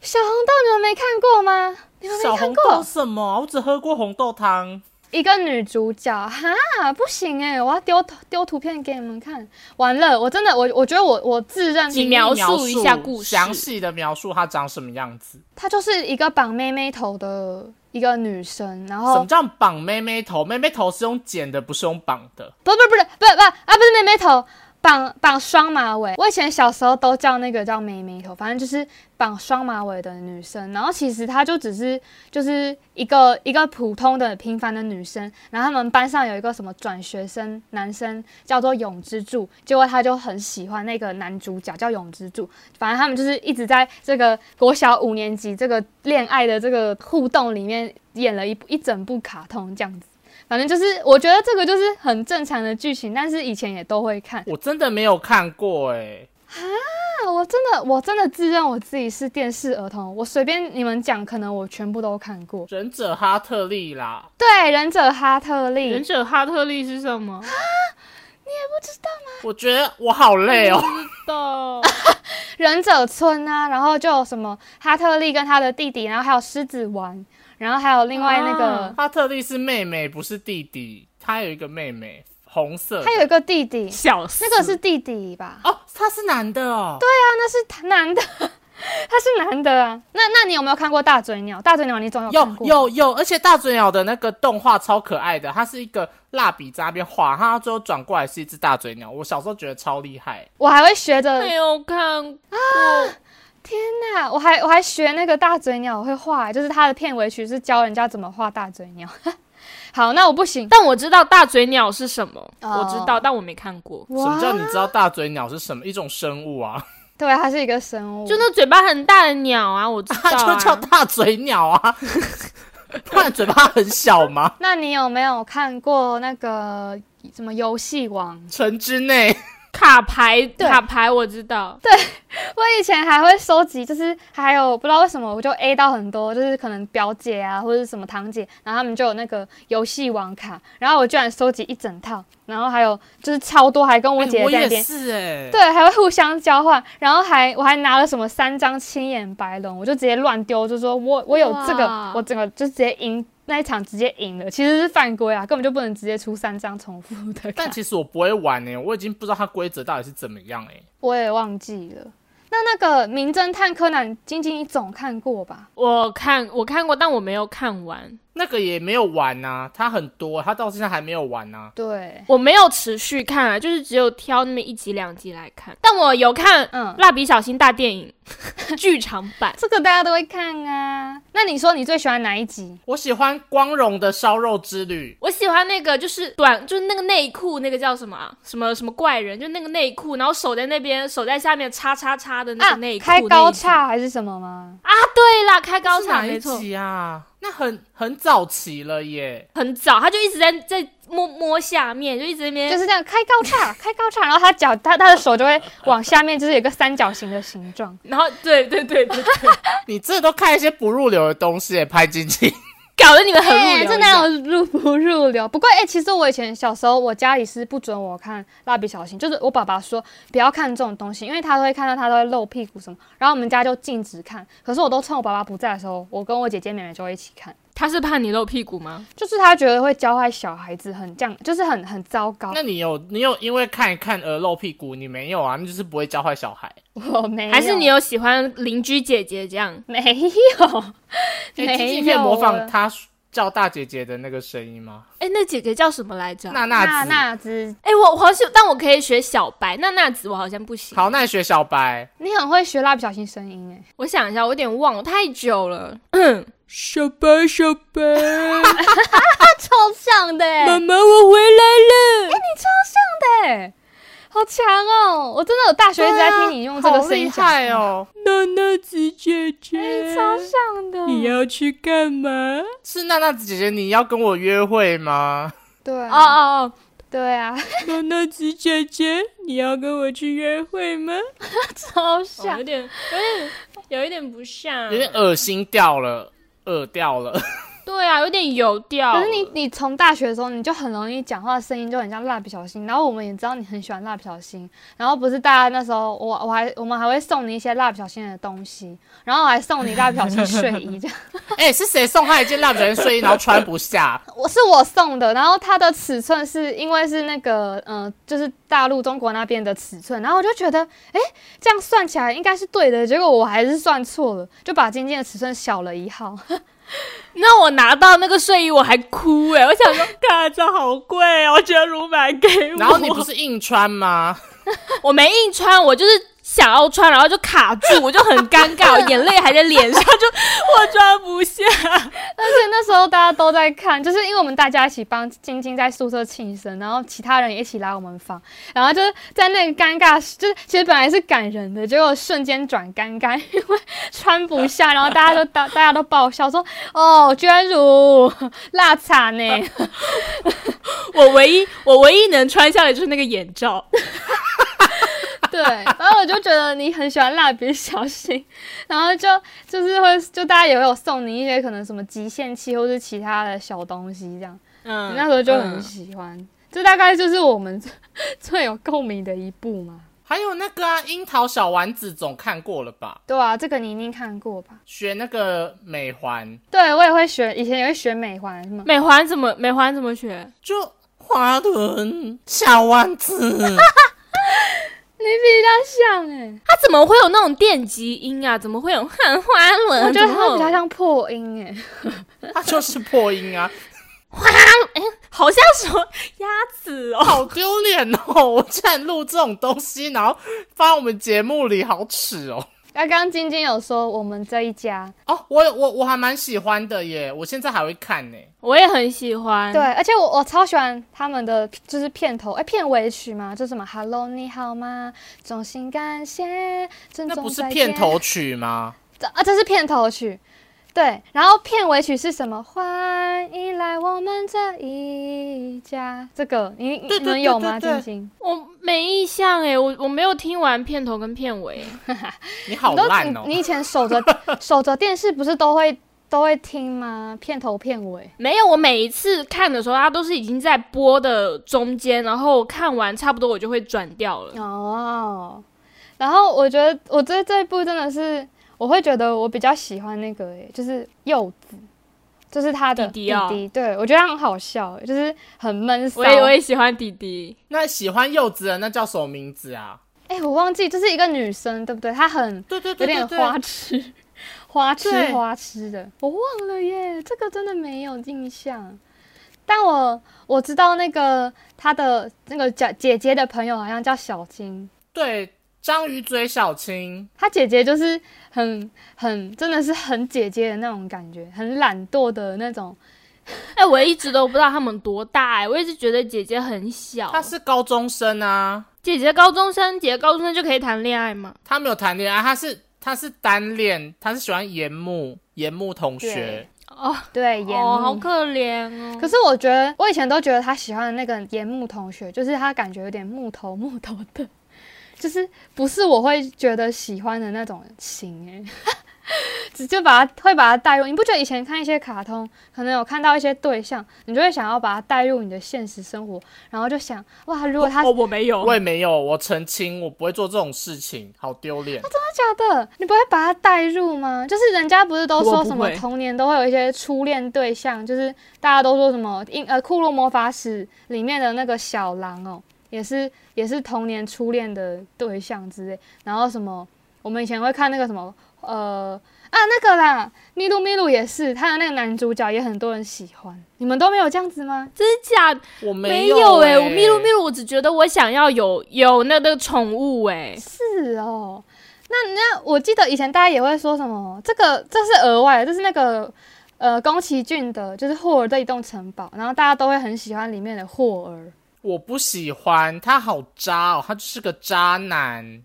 Speaker 2: 小红豆你们没看过吗？你们没
Speaker 3: 小
Speaker 2: 看
Speaker 3: 红
Speaker 2: 过
Speaker 3: 豆？什么？我只喝过红豆汤。
Speaker 2: 一个女主角，哈，不行哎、我要丢丢图片给你们看。完了，我真的，我我觉得我我自认
Speaker 4: 你描
Speaker 3: 请你
Speaker 4: 述一下故事
Speaker 3: 详细的描述它长什么样子。
Speaker 2: 她就是一个绑妹妹头的一个女生，
Speaker 4: 哦
Speaker 2: 然
Speaker 3: 什
Speaker 2: 后
Speaker 3: 么叫绑妹妹头？妹妹头是用剪的，不是用绑的。
Speaker 2: 不不不是不不啊不是妹妹头，绑绑双马尾。我以前小时候都叫那个叫妹妹头，反正就是绑双马尾的女生。然后其实她就只是就是一个一个普通的平凡的女生。然后他们班上有一个什么转学生男生叫做永之助，结果他就很喜欢那个男主角叫永之助。反正他们就是一直在这个国小五年级这个恋爱的这个互动里面演了一部一整部卡通这样子。反正就是，我觉得这个就是很正常的剧情，但是以前也都会看。
Speaker 3: 我真的没有看过哎、
Speaker 2: 啊，我真的，我真的自认我自己是电视儿童，我随便你们讲，可能我全部都看过。
Speaker 3: 忍者哈特利啦，
Speaker 2: 对，忍者哈特利，
Speaker 4: 忍者哈特利是什么？
Speaker 3: 我觉得我好累哦。
Speaker 4: 的，
Speaker 2: 忍者村啊，然后就有什么哈特利跟他的弟弟，然后还有狮子丸，然后还有另外那个，
Speaker 3: 哈特利是妹妹，不是弟弟。他有一个妹妹，红色的。
Speaker 2: 他有一个弟弟，
Speaker 4: 小四
Speaker 2: 那个是弟弟吧？
Speaker 3: 哦，他是男的哦。对，
Speaker 2: 啊，那是他男的， 他是男的啊。那那你有没有看过大嘴鸟？大嘴鸟你总有看
Speaker 3: 有
Speaker 2: 过，
Speaker 3: 有有，而且大嘴鸟的那个动画超可爱的，它是一个蜡笔在那边画，它最后转过来是一只大嘴鸟。我小时候觉得超厉害。
Speaker 2: 我还会学着
Speaker 4: 没有看过，
Speaker 2: 天呐，我还我还学那个大嘴鸟，我会画，就是它的片尾曲是教人家怎么画大嘴鸟。 好，那我不行。
Speaker 4: 但我知道大嘴鸟是什么，
Speaker 2: 哦
Speaker 4: 我知道，但我没看过。
Speaker 3: 什么叫你知道大嘴鸟是什么一种生物啊？
Speaker 2: 对，它是一个生物，
Speaker 4: 就那嘴巴很大的鸟啊，我知道、
Speaker 3: 它
Speaker 4: 啊。
Speaker 3: 就叫大嘴鸟啊，不然嘴巴很小吗？
Speaker 2: 那你有没有看过那个什么游戏王？
Speaker 3: 城之内，
Speaker 4: 卡牌，
Speaker 2: 对
Speaker 4: 卡牌我知道。
Speaker 2: 我以前还会收集，就是还有不知道为什么，我就 A 到很多，就是可能表姐啊或者是什么堂姐，然后他们就有那个游戏王卡，然后我居然收集一整套，然后还有就是超多，还跟我姐
Speaker 3: 我
Speaker 2: 姐在那
Speaker 3: 也
Speaker 2: 边
Speaker 3: 是哎、
Speaker 2: 对，还会互相交换，然后还我还拿了什么三张青眼白龙，我就直接乱丢，就说我我有这个
Speaker 4: 哇，
Speaker 2: 我整个就直接赢那一场，直接赢了，其实是犯规啊，根本就不能直接出三张重复的卡
Speaker 3: 但，其实我不会玩哎、我已经不知道它规则到底是怎么样哎、
Speaker 2: 我也忘记了。那那个《名侦探柯南》，晶晶你总看过吧？
Speaker 4: 我看我看过，但我没有看完，
Speaker 3: 那个也没有玩呐、它很多，它到现在还没有啊玩呐、
Speaker 2: 对，
Speaker 4: 我没有持续看啊，就是只有挑那么一集两集来看。但我有看
Speaker 2: 嗯
Speaker 4: 《蜡笔小新大 电影》剧场版，
Speaker 2: 这个大家都会看啊。那你说你最喜欢哪一集？
Speaker 3: 我喜欢光荣的烧肉之旅，
Speaker 4: 我喜欢那个就是短，就是那个内裤，那个叫什么啊？什么什么怪人，就那个内裤，然后手在那边，手在下面叉叉叉的那
Speaker 2: 啊
Speaker 4: 个内，裤、
Speaker 2: 开高
Speaker 4: 那一集
Speaker 2: 叉还是什么吗？
Speaker 4: 啊，对啦，开高
Speaker 3: 是
Speaker 4: 叉，
Speaker 3: 哪
Speaker 4: 没
Speaker 3: 一
Speaker 4: 错，
Speaker 3: 集啊？那很很早期了耶。
Speaker 4: 很早，他就一直在在摸摸下面，就一直在那边
Speaker 2: 就是这样，开高叉，开高叉，然后他脚他他的手就会往下面，就是有一个三角形的形状。
Speaker 4: 然后对对对对对，
Speaker 3: 你这都看一些不入流的东西耶，拍进去。
Speaker 4: 搞得你们很无
Speaker 2: 哎、
Speaker 4: 聊。
Speaker 2: 这哪有入不入流？不过哎、其实我以前小时候，我家里是不准我看《蜡笔小新》，就是我爸爸说不要看这种东西，因为他都会看到他都会露屁股什么，然后我们家就禁止看。可是我都趁我爸爸不在的时候，我跟我姐姐、妹妹就会一起看。
Speaker 4: 他是怕你露屁股吗？
Speaker 2: 就是他觉得会教坏小孩子，很这样，就是很很糟糕
Speaker 3: 那。你有你有因为看一看而露屁股？你没有啊，那就是不会教坏小孩。
Speaker 2: 我没有，
Speaker 4: 还是你有喜欢邻居姐姐这样？
Speaker 2: 没有？
Speaker 3: 哎、
Speaker 2: 没
Speaker 3: 今天可以
Speaker 2: 有
Speaker 3: 模仿
Speaker 2: 了
Speaker 3: 她叫大姐姐的那个声 音吗？
Speaker 4: 哎，那姐姐叫什么来着？
Speaker 3: 娜
Speaker 2: 那
Speaker 3: 娜子。
Speaker 2: 那子，
Speaker 4: 哎，我我好喜，但我可以学小白。那那子我好像不行。
Speaker 3: 好，那你学小白。
Speaker 2: 你很会学蜡笔小新声音哎。
Speaker 4: 我想一下，我有点忘了，太久了。 小白，小 白，
Speaker 2: 超像的、欸，
Speaker 4: 妈妈，我回来了。
Speaker 2: 对，好强哦！我真的有大学一直在听你用这个
Speaker 3: 啊好
Speaker 2: 声
Speaker 3: 厉
Speaker 2: 音讲话，
Speaker 3: 害哦！嗯
Speaker 4: 娜娜子姐姐
Speaker 2: 超像的。
Speaker 4: 要去干嘛？
Speaker 3: 是娜娜子姐姐，你要跟我约会吗？
Speaker 2: 对
Speaker 4: 哦
Speaker 2: 啊，
Speaker 4: 哦，
Speaker 2: 对啊，
Speaker 4: 娜娜子姐姐，你要跟我去约会吗？
Speaker 2: 超
Speaker 4: 有
Speaker 3: 哦
Speaker 2: 像。
Speaker 4: 点， 有点，有一点不像
Speaker 3: 有，点恶心掉了，恶掉了。
Speaker 4: 对啊，有点油掉。
Speaker 2: 可是你，你从大学的时候，你就很容易讲话声音就很像蜡笔小新，然后我们也知道你很喜欢蜡笔小新，然后不是大家那时候，我我还我们还会送你一些蜡笔小新的东西，然后我还送你蜡笔小新睡衣，这样
Speaker 3: 哎、是谁送她一件蜡笔小新睡衣，然后穿不 下？
Speaker 2: 我是我送的，然后它的尺寸是因为是那个嗯、呃就是大陆中国那边的尺寸，然后我就觉得，哎，这样算起来应该是对的，结果我还是算错了，就把今天的尺寸小了一号。
Speaker 4: 那我拿到那个睡衣我还哭哎、我想 说，看这好贵啊，我觉得如买给我。
Speaker 3: 然后你不是硬穿吗？
Speaker 4: 我没硬穿，我就是想要穿，然后就卡住，我就很尴 尬，我眼泪还在脸上，就 我穿不下。
Speaker 2: 而且那时候大家都在看，就是因为我们大家一起帮晶晶在宿舍庆生，然后其他人也一起来我们房，然后就是在那个尴尬，就是其实本来是感人的，结果瞬间转尴尬， 因为穿不下，然后大家都大大家都爆笑说：“哦，娟如 辣惨欸呢
Speaker 4: 我唯一我唯一能穿下的就是那个眼罩，！”
Speaker 2: 对，然后我就觉得你很喜欢蜡笔小新，然后就就是会就大家也会有送你一些可能什么极限器或是其他的小东西这样。
Speaker 4: 嗯
Speaker 2: 那时候就很喜欢。这大概就是我们 最有共鸣的一部嘛。
Speaker 3: 还有那个啊，樱桃小丸子总看过了吧？
Speaker 2: 对啊，这个你一定看过吧？
Speaker 3: 学那个美环，
Speaker 2: 对，我也会学，以前也会学美环什么。
Speaker 4: 美环怎么美环怎么学？
Speaker 3: 就花轮小丸 子，
Speaker 2: 你比他像哎、
Speaker 4: 它怎么会有那种电击音啊？怎么会有汉花轮？
Speaker 2: 我觉得
Speaker 4: 嗯怎么
Speaker 2: 他
Speaker 4: 会
Speaker 2: 比
Speaker 4: 有
Speaker 2: 较像破音哎、
Speaker 3: 它就是破音啊，
Speaker 4: 好像什么鸭子哦。
Speaker 3: 好丢脸哦！我竟然录这种东西，然后放我们节目里，好耻哦！
Speaker 2: 刚刚晶晶有说我们这一家，
Speaker 3: 哦，我我我还蛮喜欢的耶，我现在还会看呢。
Speaker 4: 我也很喜欢。
Speaker 2: 对，，而且我我超喜欢他们的就是片头哎、片尾曲嘛，就什么 Hello 你好吗，衷心感谢，郑
Speaker 3: 那
Speaker 2: 重
Speaker 3: 不是
Speaker 2: 再
Speaker 3: 片
Speaker 2: 见
Speaker 3: 头曲吗？
Speaker 2: 这啊，这是片头曲，对，然后片尾曲是什么？欢迎来我们这一家。这个你你
Speaker 3: 对对
Speaker 2: 们有吗？
Speaker 3: 对对
Speaker 2: 静
Speaker 3: 对
Speaker 2: 静，
Speaker 4: 我没印象诶，我我没有听完片头跟片尾。
Speaker 3: 你好
Speaker 2: 你都
Speaker 3: 烂
Speaker 2: 你
Speaker 3: 哦！
Speaker 2: 你以前守着 守着电视不是都会都会听吗？片头片尾，
Speaker 4: 没有，我每一次看的时候，它都是已经在播的中间，然后看完差不多我就会转掉了。
Speaker 2: 哦，然后我觉得我对这一部真的是，我会觉得我比较喜欢那个、欸，就是柚子，就是他的
Speaker 4: 弟弟
Speaker 3: 啊
Speaker 4: 哦
Speaker 2: 对我觉得他很好笑、欸就是很闷骚。
Speaker 4: 我也我也喜欢弟 弟，
Speaker 3: 那喜欢柚子的那叫什么名字啊？
Speaker 2: 哎、我忘记，就是一个女生，对不对？她很
Speaker 3: 对对
Speaker 2: 有
Speaker 3: 对对
Speaker 2: 点
Speaker 3: 对，
Speaker 2: 花痴，花痴
Speaker 3: 对
Speaker 2: 花痴的，我忘了耶，这个真的没有印象。但我我知道那个她的那个姐姐姐的朋友好像叫小金，
Speaker 3: 对章鱼嘴小青，
Speaker 2: 她姐姐就是很很真的是很姐姐的那种感觉，很懒惰的那种。
Speaker 4: 哎、我一直都不知道他们多大哎、我一直觉得姐姐很小。
Speaker 3: 她是高中生啊，
Speaker 4: 姐姐高中生，姐姐高中生就可以谈恋爱吗？
Speaker 3: 她没有谈恋爱，她是她是单恋，她是喜欢岩木岩木同学
Speaker 2: 对。
Speaker 4: 哦，
Speaker 2: 对，严
Speaker 4: 哦，好
Speaker 2: 木
Speaker 4: 可怜哦。
Speaker 2: 可是我觉得，我以前都觉得他喜欢的那个岩木同学，就是他感觉有点木头木头的，就是不是我会觉得喜欢的那种型哎、欸 只就把它会把它带入。你不觉得以前看一些卡通，可能有看到一些对象，你就会想要把它带入你的现实生活，然后就想哇，如果他
Speaker 4: 哦，我没有，
Speaker 3: 我也没有，我澄清，我不会做这种事情，好丢脸。
Speaker 2: 假的，你不会把它带入吗？就是人家不是都
Speaker 4: 我
Speaker 2: 说
Speaker 4: 不
Speaker 2: 什么
Speaker 4: 会
Speaker 2: 童年都会有一些初恋对象，就是大家都说什么《英呃库洛魔法使》里面的那个小狼哦，也是也是童年初恋的对象之类。然后什么，我们以前会看那个什么呃啊那个啦，咪路咪路也是，他的那个男主角也很多人喜欢。你们都没有这样子吗？
Speaker 4: 真假的
Speaker 3: 我没
Speaker 4: 没
Speaker 3: 有
Speaker 4: 有
Speaker 3: 哎、
Speaker 4: 哎、我咪噜咪噜，我只觉得我想要有有那个宠物哎、
Speaker 2: 是哦，那那我记得以前大家也会说什么，这个这是额外的，这是那个呃宫崎骏的，就是霍尔的一栋城堡，然后大家都会很喜欢里面的霍尔。
Speaker 3: 我不喜欢他，好渣哦，他就是个渣男。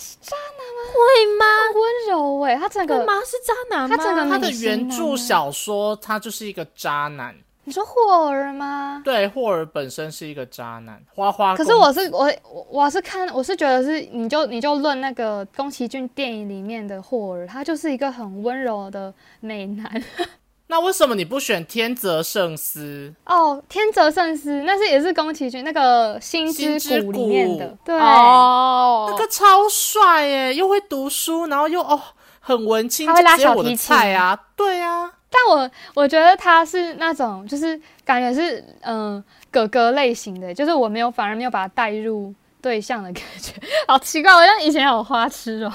Speaker 4: 会吗？
Speaker 2: 很温柔哎、他整
Speaker 4: 会
Speaker 2: 个
Speaker 4: 吗？是渣男吗？
Speaker 2: 他整个
Speaker 3: 他
Speaker 2: 明
Speaker 3: 的
Speaker 2: 星
Speaker 3: 原著
Speaker 2: 啊
Speaker 3: 小说，他就是一个渣男。
Speaker 2: 你说霍尔吗？
Speaker 3: 对，霍尔本身是一个渣男，花花
Speaker 2: 可
Speaker 3: 公。
Speaker 2: 是我是我我我是看我是觉得是你就你就论那个宫崎骏电影里面的霍尔，他就是一个很温柔的美男。
Speaker 3: 那为什么你不选天泽圣司？
Speaker 2: 哦，天泽圣司那是也是宫崎骏那个《星
Speaker 3: 心
Speaker 2: 之
Speaker 3: 之
Speaker 2: 谷》
Speaker 3: 谷
Speaker 2: 里面的，对，
Speaker 4: 哦，
Speaker 3: 那个超帅耶，又会读书，然后又哦很文青，
Speaker 2: 他会拉
Speaker 3: 这直接
Speaker 2: 小
Speaker 3: 我的
Speaker 2: 提琴
Speaker 3: 菜啊，对啊，
Speaker 2: 但我我觉得他是那种就是感觉是嗯、呃哥哥类型的，就是我没有反而没有把他带入对象的感觉， 好奇怪，我像以前好花痴哦。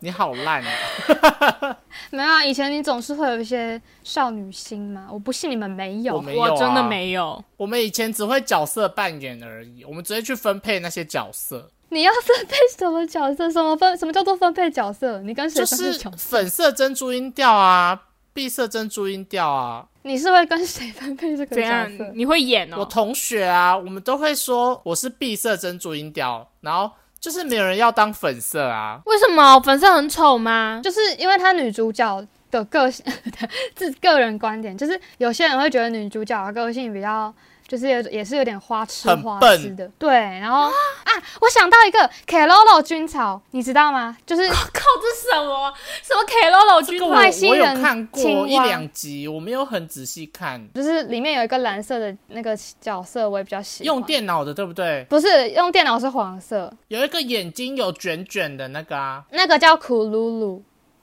Speaker 3: 你好烂、啊。
Speaker 2: 没有、啊，以前你总是会有一些少女心嘛，我不信你们没有。
Speaker 3: 我没有啊
Speaker 4: 我真的没有。
Speaker 3: 我们以前只会角色扮演而已，我们直接去分配那些角色，
Speaker 2: 你要分配什么角色？什么分？什么叫做分配角色？你跟谁
Speaker 3: 就
Speaker 2: 分配
Speaker 3: 是
Speaker 2: 角色？
Speaker 3: 粉色珍珠音调啊，碧色珍珠音调啊。
Speaker 2: 你是会跟谁分配这个
Speaker 4: 怎
Speaker 2: 角
Speaker 4: 样
Speaker 2: 色？？
Speaker 4: 你会演
Speaker 3: 我
Speaker 4: 哦？
Speaker 3: 同学啊，我们都会说我是碧色珍珠音调，然后就是没有人要当粉色啊。
Speaker 4: 为什么粉色很丑吗？
Speaker 2: 就是因为她女主角的个性，自个人观点，就是有些人会觉得女主角的个性比较，就是也也是有点花痴
Speaker 3: 很
Speaker 2: 花
Speaker 3: 笨
Speaker 2: 痴的，对。然后啊，我想到一个 Keroro 军曹，你知道吗？就是
Speaker 4: 靠，这什么什么 K Lolo 军
Speaker 3: 这个我
Speaker 4: 团？
Speaker 2: 外星
Speaker 3: 我有
Speaker 2: 人
Speaker 3: 看
Speaker 2: 青
Speaker 3: 过
Speaker 2: 蛙
Speaker 3: 一两集，我没有很仔细看。
Speaker 2: 就是里面有一个蓝色的那个角色，我也比较喜欢。
Speaker 3: 用电脑的对不对？
Speaker 2: 不是用电脑是黄色，
Speaker 3: 有一个眼睛有卷卷的那个啊，
Speaker 2: 那个叫苦鲁鲁，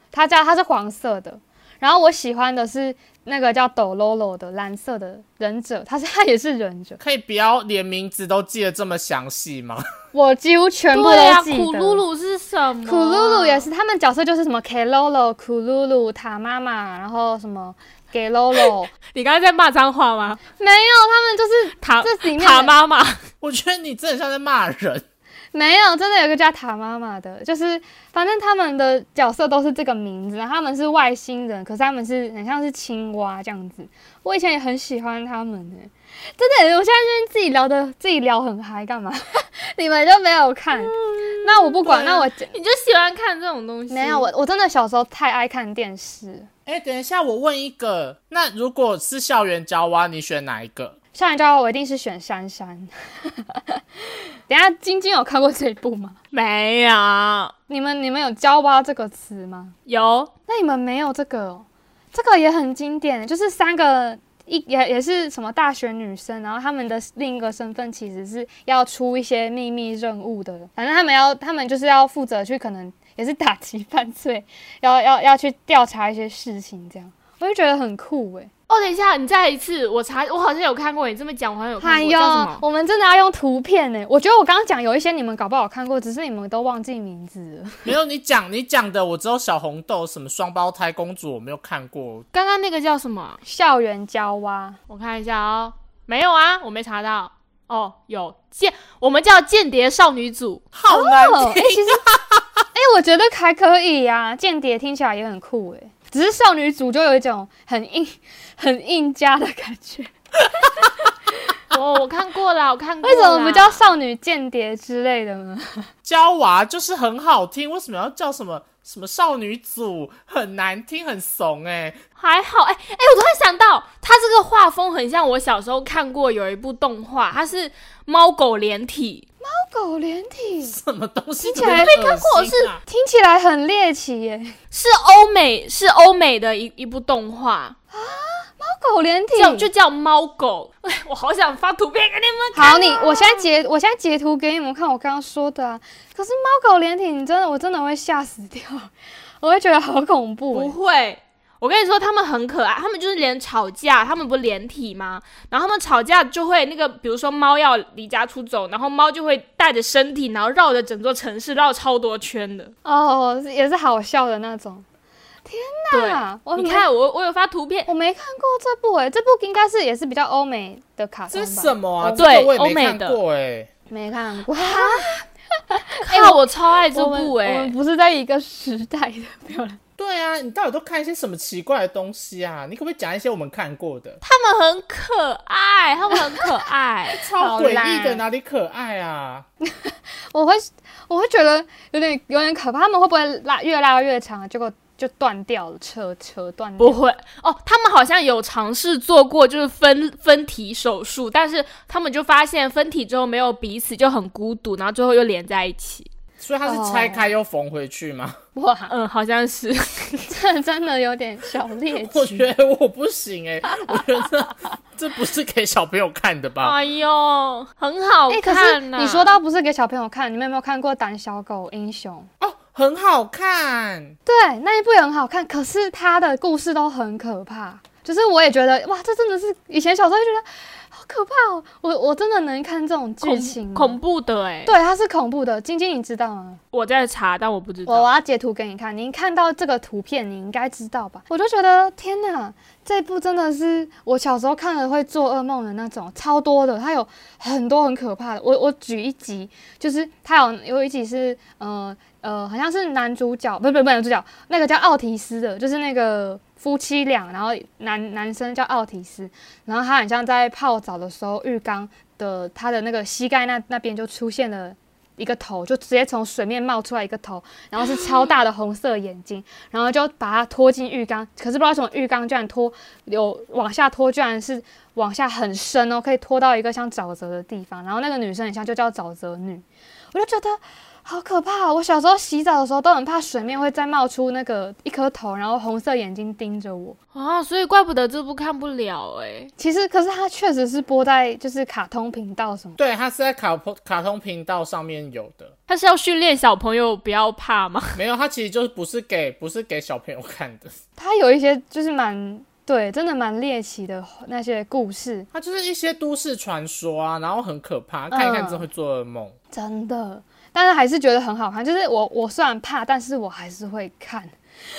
Speaker 2: 他叫他是黄色的。然后我喜欢的是那个叫斗 lolo 的蓝色的忍者，他是他也是忍者。
Speaker 3: 可以不要连名字都记得这么详细吗？
Speaker 2: 我几乎全部
Speaker 4: 对啊，
Speaker 2: 都记得。
Speaker 4: 苦啊露露是什么？
Speaker 2: 苦露露也是，他们角色就是什么 Kelolo、苦露露、塔妈妈，然后什么 Gelolo，
Speaker 4: 你刚才在骂脏话吗？
Speaker 2: 没有，他们就是
Speaker 4: 塔
Speaker 2: 这里面
Speaker 4: 塔妈妈，
Speaker 3: 我觉得你真的像在骂人。
Speaker 2: 没有，真的有一个叫塔妈妈的，就是反正他们的角色都是这个名字，然后他们是外星人，可是他们是很像是青蛙这样子。我以前也很喜欢他们呢、真的，我现在就是自己聊的自己聊很嗨，干嘛？ 你们就没有看？
Speaker 4: 嗯
Speaker 2: 那我不管，
Speaker 3: 对啊
Speaker 2: 那我
Speaker 4: 你就喜欢看这种东西？
Speaker 2: 没有，我我真的小时候太爱看电视了。
Speaker 3: 哎，等一下，我问一个，那如果是校园交蛙，你选哪一个？
Speaker 2: 校园教蛙我一定是选珊珊。 等一下，晶晶有看过这一部吗？
Speaker 4: 没有
Speaker 2: 你们你们有“教蛙”这个词吗？
Speaker 4: 有
Speaker 2: 那你们没有这个、哦，这个也很经典，欸就是三个一也也是什么大学女生，然后她们的另一个身份其实是要出一些秘密任务的，反正她们要她们就是要负责去可能也是打击犯罪，要要要去调查一些事情，这样我就觉得很酷欸诶。
Speaker 4: 哦，等一下，你再一次，我查，我好像有看过，你这么讲，我好像有看
Speaker 2: 哎
Speaker 4: 过，
Speaker 2: 呦
Speaker 4: 叫什么，？
Speaker 2: 我们真的要用图片呢。我觉得我刚刚讲有一些你们搞不好看过，只是你们都忘记名字了。
Speaker 3: 没有你讲，你讲的我只有小红豆，什么双胞胎公主我没有看过。
Speaker 4: 刚刚那个叫什么？
Speaker 2: 校园交蛙，
Speaker 4: 我看一下哦，没有啊，我没查到。哦，有间，我们叫间谍少女组，
Speaker 3: 好难
Speaker 2: 哦，哎、
Speaker 3: 听，
Speaker 2: 其实，哎、我觉得还可以呀、间谍听起来也很酷哎，只是少女组就有一种很硬、 很硬加的感觉。
Speaker 4: 我哦我看过啦，我看 过
Speaker 2: 为
Speaker 4: 啦。
Speaker 2: 什么不叫少女间谍之类的呢？
Speaker 3: 娇娃就是很好听，为什么要叫什么什么少女组，很难听，很怂哎、
Speaker 4: 还好，哎、哎、我突然想到，它这个画风很像我小时候看过有一部动画，它是猫狗连体，
Speaker 2: 狗连体，
Speaker 3: 什么啊东西、
Speaker 2: 听起来
Speaker 3: 被看
Speaker 4: 过是
Speaker 2: 听起来很猎奇耶。
Speaker 4: 是欧美是欧美的一一部动画，
Speaker 2: 猫狗连体，
Speaker 4: 叫就叫猫狗。哎，我好想发图片给你们看。
Speaker 2: 好，你我现在截我现在截图给你们看，我刚刚说的啊。可是猫狗连体，你真的我真的会吓死掉，我会觉得好恐怖
Speaker 4: 不
Speaker 2: 欸。
Speaker 4: 会，我跟你说，他们很可爱，他们就是连吵架，他们不是连体吗？然后他们吵架就会那个，比如说猫要离家出走，然后猫就会带着身体，然后绕着整座城市绕超多圈的。
Speaker 2: 哦，也是好笑的那种。
Speaker 4: 对，
Speaker 2: 啊，我
Speaker 4: 你
Speaker 2: 没
Speaker 4: 看我我有发图片，
Speaker 2: 我没看过这部哎、这部应该是也是比较欧美的卡通
Speaker 3: 这
Speaker 2: 吧？
Speaker 3: 是什么啊？
Speaker 2: 我
Speaker 3: 这个
Speaker 4: 对
Speaker 3: 我也
Speaker 4: 欧
Speaker 3: 没
Speaker 4: 美
Speaker 3: 看
Speaker 4: 的
Speaker 3: 过哎、
Speaker 2: 没看过。
Speaker 4: 哎、我超爱这
Speaker 2: 我们
Speaker 4: 部哎、
Speaker 2: 我们不是在一个时代的，没有啦
Speaker 3: 对啊，你到底都看一些什么奇怪的东西啊？你可不可以讲一些我们看过的？。
Speaker 4: 他们很可 爱，他们很可爱
Speaker 3: 超
Speaker 2: 好
Speaker 3: 诡
Speaker 2: 啦
Speaker 3: 异的，哪里可爱啊？
Speaker 2: 我会我会觉得有点有点可怕，他们会不会拉越拉越长，结果就断掉了，扯扯断掉
Speaker 4: 不会哦，他们好像有尝试做过就是分分体手术，但是他们就发现分体之后没有彼此就很孤独，然后最后又连在一起。
Speaker 3: 所以它是拆开又缝回去吗？
Speaker 2: 哇，
Speaker 4: 嗯，好 像是。
Speaker 2: 这真的有点小猎
Speaker 3: 我
Speaker 2: 奇。
Speaker 3: 觉得我不行哎、我觉得这 这不是给小朋友看的吧？
Speaker 4: 哎呦，很好
Speaker 2: 哎、可是
Speaker 4: 看呐、
Speaker 2: 你说到不是给小朋友看，你们有没有看过《胆小狗英雄》？
Speaker 3: 哦，很好看，
Speaker 2: 对，那一部也很好看，可是它的故事都很可怕。就是我也觉得，哇，这真的是以前小时候就觉得好可怕哦，我我真的能看这种剧情
Speaker 4: 恐
Speaker 2: 吗
Speaker 4: 恐怖的哎、
Speaker 2: 对，它是恐怖的。晶晶，你知道吗？
Speaker 4: 我在查，但我不知
Speaker 2: 我啊
Speaker 4: 道。
Speaker 2: 我要截图给你看，您看到这个图片，你应该知道吧？我就觉得天哪，这部真的是我小时候看了会做噩梦的那种，超多的，它有很多很可怕的。我我举一集，就是它有有一集是呃呃，好像是男主角，不是不是不是男主角，那个叫奥提斯的，就是那个夫妻俩，然后男男生叫奥提斯，然后他很像在泡澡的时候，浴缸的他的那个膝盖那那边就出现了。一个头就直接从水面冒出来一个头，然后是超大的红色眼睛，然后就把它拖进浴缸。可是不知道为什么浴缸居然拖有往下拖，居然是往下很深哦，可以拖到一个像沼泽的地方。然后那个女生很像就叫沼泽女，我就觉得好可怕哦、我小时候洗澡的时候都很怕水面会再冒出那个一颗头，然后红色眼睛盯着我。
Speaker 4: 啊，所以怪不得这部看不了哎、
Speaker 2: 其实，可是它确实是播在就是卡通频道什么。
Speaker 3: 对，它是在卡通卡通频道上面有的，
Speaker 4: 他是要训练小朋友不要怕吗？
Speaker 3: 没有，它其实就是不是给不是给小朋友看的，
Speaker 2: 它有一些就是蛮对，真的蛮猎奇的那些故事，
Speaker 3: 它就是一些都市传说啊，然后很可
Speaker 2: 嗯
Speaker 3: 怕，看一看真会做噩梦。
Speaker 2: 真的。但是还是觉得很好看，就是我我虽然怕，但是我还是会看。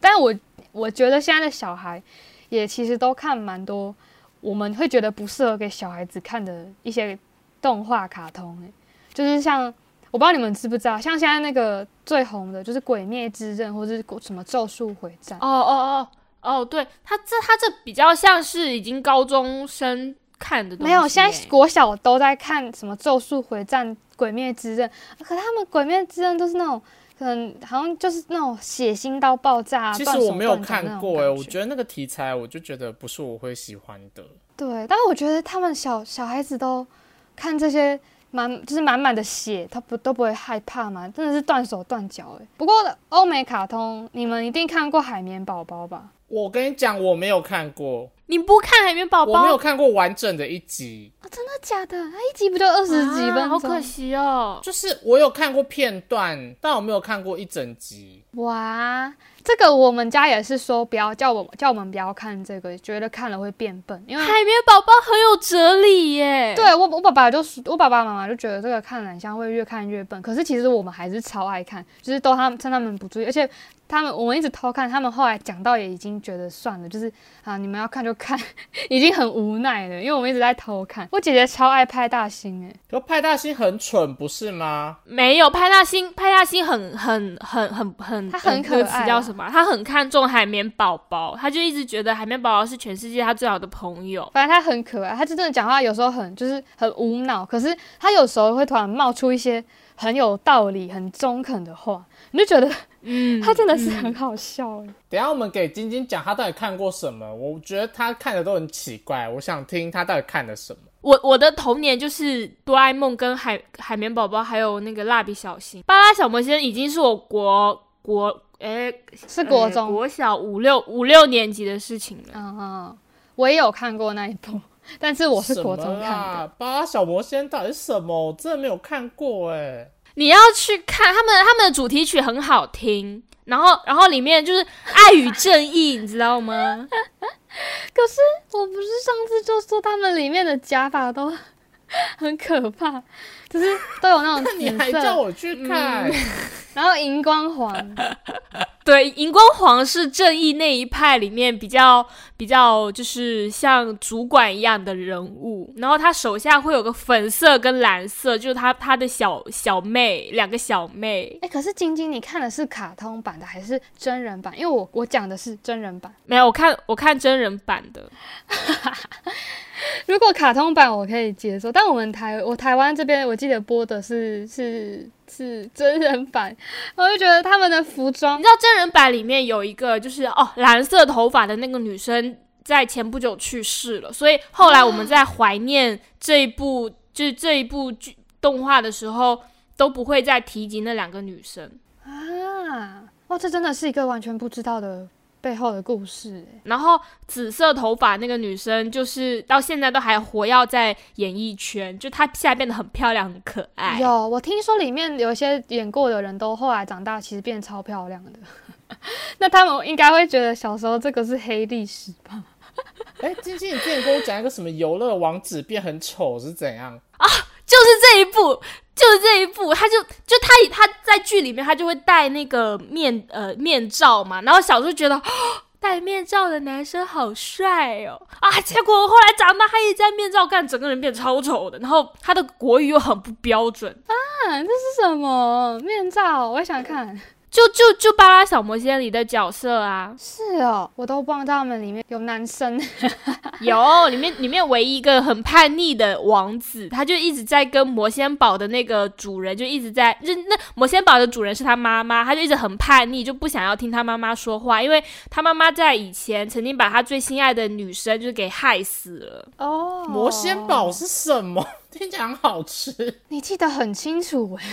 Speaker 2: 但我我觉得现在的小孩也其实都看蛮多，我们会觉得不适合给小孩子看的一些动画卡通、欸，就是像我不知道你们知不知道，像现在那个最红的就是《鬼灭之刃》或者是什么《咒术回战》
Speaker 4: 哦哦哦哦，对，他这他这比较像是已经高中生看的东西、
Speaker 2: 没有，现在国小都在看什么《咒术回战》《鬼灭之刃》啊，可他们《鬼灭之刃》都是那种，可能好像就是那种血腥到爆炸、啊。
Speaker 3: 其
Speaker 2: 断
Speaker 3: 实
Speaker 2: 手
Speaker 3: 我没有
Speaker 2: 断脚那
Speaker 3: 看
Speaker 2: 种
Speaker 3: 过哎、
Speaker 2: 感
Speaker 3: 我觉得那个题材我就觉得不是我会喜欢的。
Speaker 2: 对，但我觉得他们小小孩子都看这些满就是满满的血，他不都不会害怕嘛？真的是断手断脚哎。不过欧美卡通，你们一定看过《海绵宝宝》吧？
Speaker 3: 我跟你讲，我没有看过，
Speaker 4: 你不看《海绵宝宝》
Speaker 3: 我没有看过完整的一集，
Speaker 2: 啊，真的假的？它一集不就二十几分钟、
Speaker 4: 啊好可惜哦。
Speaker 3: 就是我有看过片段，但我没有看过一整集。
Speaker 2: 哇，这个我们家也是说不要叫我叫我们不要看这个，觉得看了会变笨，因为。
Speaker 4: 海绵宝宝很有哲理耶。
Speaker 2: 对我，我爸爸就说我爸爸妈妈就觉得这个看懒像会越看越笨，可是其实我们还是超爱看，就是都他们趁他们不注意，而且他们我们一直偷看，他们后来讲到也已经觉得算了，就是啊你们要看就看， 已经很无奈了，因为我们一直在偷看。我姐姐超爱派大星诶、
Speaker 3: 可派大星很蠢，不是吗？
Speaker 4: 没有派大星，派大星很很很很很，
Speaker 2: 他很可
Speaker 4: 那个词
Speaker 2: 爱
Speaker 4: 叫
Speaker 2: 啊
Speaker 4: 什么啊？他很看重海绵宝宝，他就一直觉得海绵宝宝是全世界他最好的朋友。
Speaker 2: 反正他很可爱，他就真的讲话有时候很就是很无脑，可是他有时候会突然冒出一些很有道理、很中肯的话，你就觉得
Speaker 4: 嗯，
Speaker 2: 他真的是很好笑、欸
Speaker 3: 等一下我们给晶晶讲她到底看过什么，我觉得她看的都很奇怪，我想听她到底看了什么。
Speaker 4: 我我的童年就是哆啦 A 梦跟海海绵宝宝，还有那个蜡笔小新、巴拉小魔仙，已经是我国国诶、
Speaker 3: 哎
Speaker 2: 是国
Speaker 4: 诶
Speaker 2: 中，
Speaker 4: 国小五六五六年级的事情了。
Speaker 2: 嗯嗯，我也有看过那一部， 但是我是国中看
Speaker 3: 什么
Speaker 2: 的。
Speaker 3: 啊巴拉小魔仙到底是什么？我真的没有看过哎、
Speaker 4: 你要去看他们他们的主题曲很好听，然后然后里面就是爱与正义，你知道吗？
Speaker 2: 可是我不是上次就说他们里面的假发都 很可怕，就是都有 那种
Speaker 3: 你
Speaker 2: 紫
Speaker 3: 还叫
Speaker 2: 色，嗯
Speaker 3: 我去看？
Speaker 2: 然后荧光黄，
Speaker 4: 对，荧光黄是正义那一派里面比较比较就是像主管一样的人物，然后他手下会有个粉色跟蓝色，就是他他的小小妹两个小妹，
Speaker 2: 哎、可是晶晶，你看的是卡通版的还是真人版？因为我我讲的是真人版。
Speaker 4: 没有我看我看真人版的，
Speaker 2: 如果卡通版我可以接受，但我们台我台湾这边我记得播的是是是真人版，我就觉得他们的服装
Speaker 4: 你知道真人版里面有一个就是哦蓝色头发的那个女生在前不久去世了，所以后来我们在怀念这一部就是这一部剧动画的时候，都不会再提及那两个女生。
Speaker 2: 啊，哇，这真的是一个完全不知道的背后的故事哎。
Speaker 4: 然后紫色头发那个女生，就是到现在都还活跃在演艺圈，就她现在变得很漂亮、很可
Speaker 3: 哎
Speaker 4: 爱。
Speaker 2: 有，我听说里面有一些演过的人都后来长大，其实变超漂亮的。 那他们应该会觉得小时候这个是黑历史吧？
Speaker 3: 哎、晶晶，你之前跟我讲一个什么游乐王子变很丑是怎样？
Speaker 4: 就是这一部，就是这一部，她就就她她在剧里面，她就会戴那个面呃面罩嘛，然后小时候觉得。哦 戴面罩的男生好帅哦啊！结果后来长大，他一摘面罩干，整个人变超丑的。然后他的国语又很不标准，
Speaker 2: 啊，这是什么面罩？我也想看。
Speaker 4: 就就就《巴拉小魔仙》里的角色啊，
Speaker 2: 是哦，我都忘到他们里面有男生。
Speaker 4: 有，里面里面唯一一个很叛逆的王子，他就一直在跟魔仙堡的那个主人，就一直在，就那魔仙堡的主人是他妈妈，他就一直很叛逆，就不想要听他妈妈说话，因为他妈妈在以前曾经把他最心爱的女生就是给害死了。
Speaker 2: 哦，
Speaker 3: 魔仙堡，是什么？ 听起来很好吃。
Speaker 2: 你记得很清楚哎。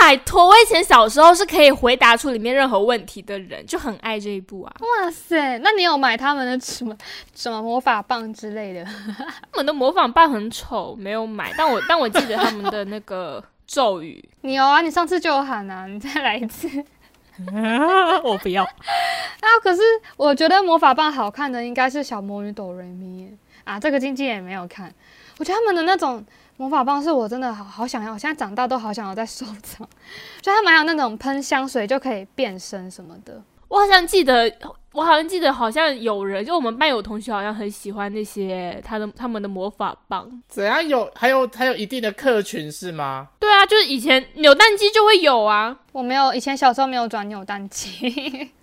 Speaker 4: 拜托，我以前小时候是可以回答出里面任何问题的人，就很爱这一部啊，
Speaker 2: 哇塞，那你有买他们的什么什么魔法棒之类的？
Speaker 4: 他们的模仿棒很丑，没有买，但我但我记得他们的那个咒语。
Speaker 2: 你有啊，你上次就有喊啊， 你再来一次。
Speaker 4: 我不要。
Speaker 2: 啊，可是我觉得魔法棒好看的应该是小魔女哆瑞咪耶啊，这个经纪也没有看。我觉得他们的那种魔法棒是我真的好好想要，我现在长大都好想要再收藏。就他们还有那种喷香水就可以变身什么的，
Speaker 4: 我好像记得，我好像记得，好像有人就我们班有同学好像很喜欢那些他的他们的魔法棒。
Speaker 3: 怎样有还有还有一定的客群是吗？
Speaker 4: 对啊，就是以前扭蛋机就会有啊。
Speaker 2: 我没有以前小时候没有转扭蛋机。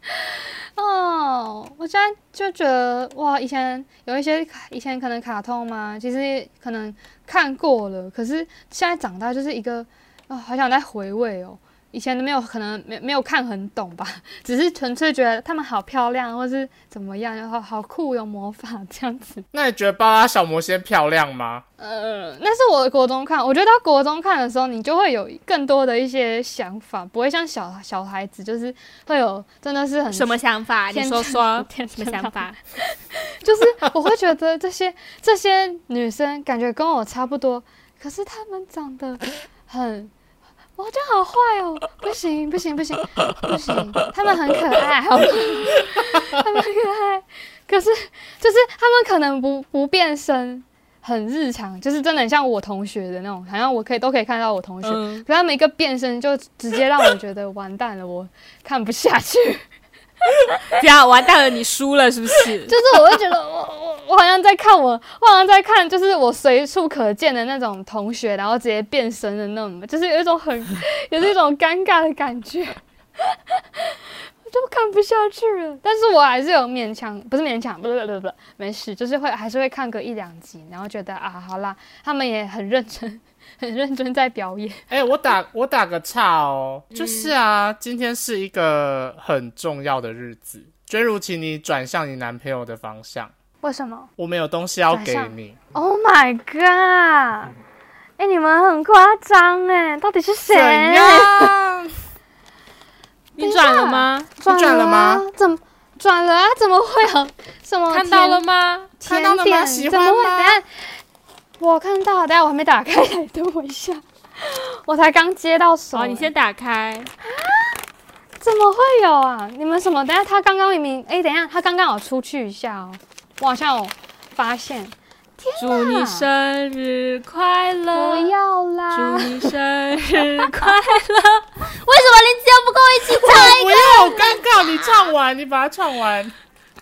Speaker 2: 哦，我现在就觉得哇，以前有一些以前可能卡通嘛，其实可能看过了，可是现在长大就是一个啊、好想再回味哦。以前没有可能没没有看很懂吧， 只是纯粹觉得她们好漂亮，或是怎么样，然后好酷，有魔法这样子。
Speaker 3: 那你觉得巴拉小魔仙漂亮吗？
Speaker 2: 呃，那是我国中看，我觉得到国中看的时候，你就会有更多的一些想法，不会像小小孩子，就是会有真的是很
Speaker 4: 什么想法？你
Speaker 2: 天
Speaker 4: 说说
Speaker 2: 天
Speaker 4: 什么想法？
Speaker 2: 就是我会觉得这些这些女生感觉跟我差不多，可是她们长得很，我这样好坏哦，不行不行不行不行，她们很可爱，好吗？她们很可爱，可是就是她们可能不不变身。很日常，就是真的很像我同学的那种，好像我可以都可以看到我同学，
Speaker 4: 嗯，
Speaker 2: 可他们一个变身就直接让我觉得完蛋了，我看不下去。
Speaker 4: 这样完蛋了，你输了是不 是？
Speaker 2: 就是我会觉得我我我好像在看我，我好像在看就是我随处可见的那种同学，然后直接变身的那种，就是有一种很 也是一种尴尬的感觉， 我就看不下去了。但是我还是有勉强，不是勉强，不不不不，没事，就是会还是会看个一两集，然后觉得啊，好啦，他们也很认真 很认真在表演。
Speaker 3: 哎、我打我打个岔哦，
Speaker 2: 嗯
Speaker 3: 就是啊，今天是一个很重要的日子，娟如，请你转向你男朋友的方向，
Speaker 2: 为什么
Speaker 3: 我们有东西要
Speaker 2: 转
Speaker 3: 给
Speaker 2: 向
Speaker 3: 你。
Speaker 2: ？Oh my god！哎、你们很夸张哎，到底是谁？Oh
Speaker 3: 怎样？
Speaker 4: 你转了吗？
Speaker 2: 转
Speaker 3: 转了吗
Speaker 2: 啊？怎么转了啊？怎么会有什么
Speaker 4: 看到
Speaker 2: 甜
Speaker 4: 了吗？
Speaker 2: 甜
Speaker 3: 看到了吗
Speaker 2: 点
Speaker 3: 喜
Speaker 2: 怎么
Speaker 3: 欢
Speaker 2: 会
Speaker 3: 吗
Speaker 2: 等下，我看到，等下我还没打开， 等我一下，我才刚接到手、欸
Speaker 4: 好，你先打开。
Speaker 2: 怎么会有啊？你们什么？等下他刚刚明明，哎、等一下他刚刚有出去一下哦，我好像有发现，
Speaker 4: 祝你生日快乐！
Speaker 2: 不要
Speaker 4: 祝
Speaker 3: 嗯
Speaker 2: 啦，
Speaker 4: 你生日快 乐！为什么林子瑶不跟我一起
Speaker 3: 我不要，我尴尬。你唱完，你把它唱完。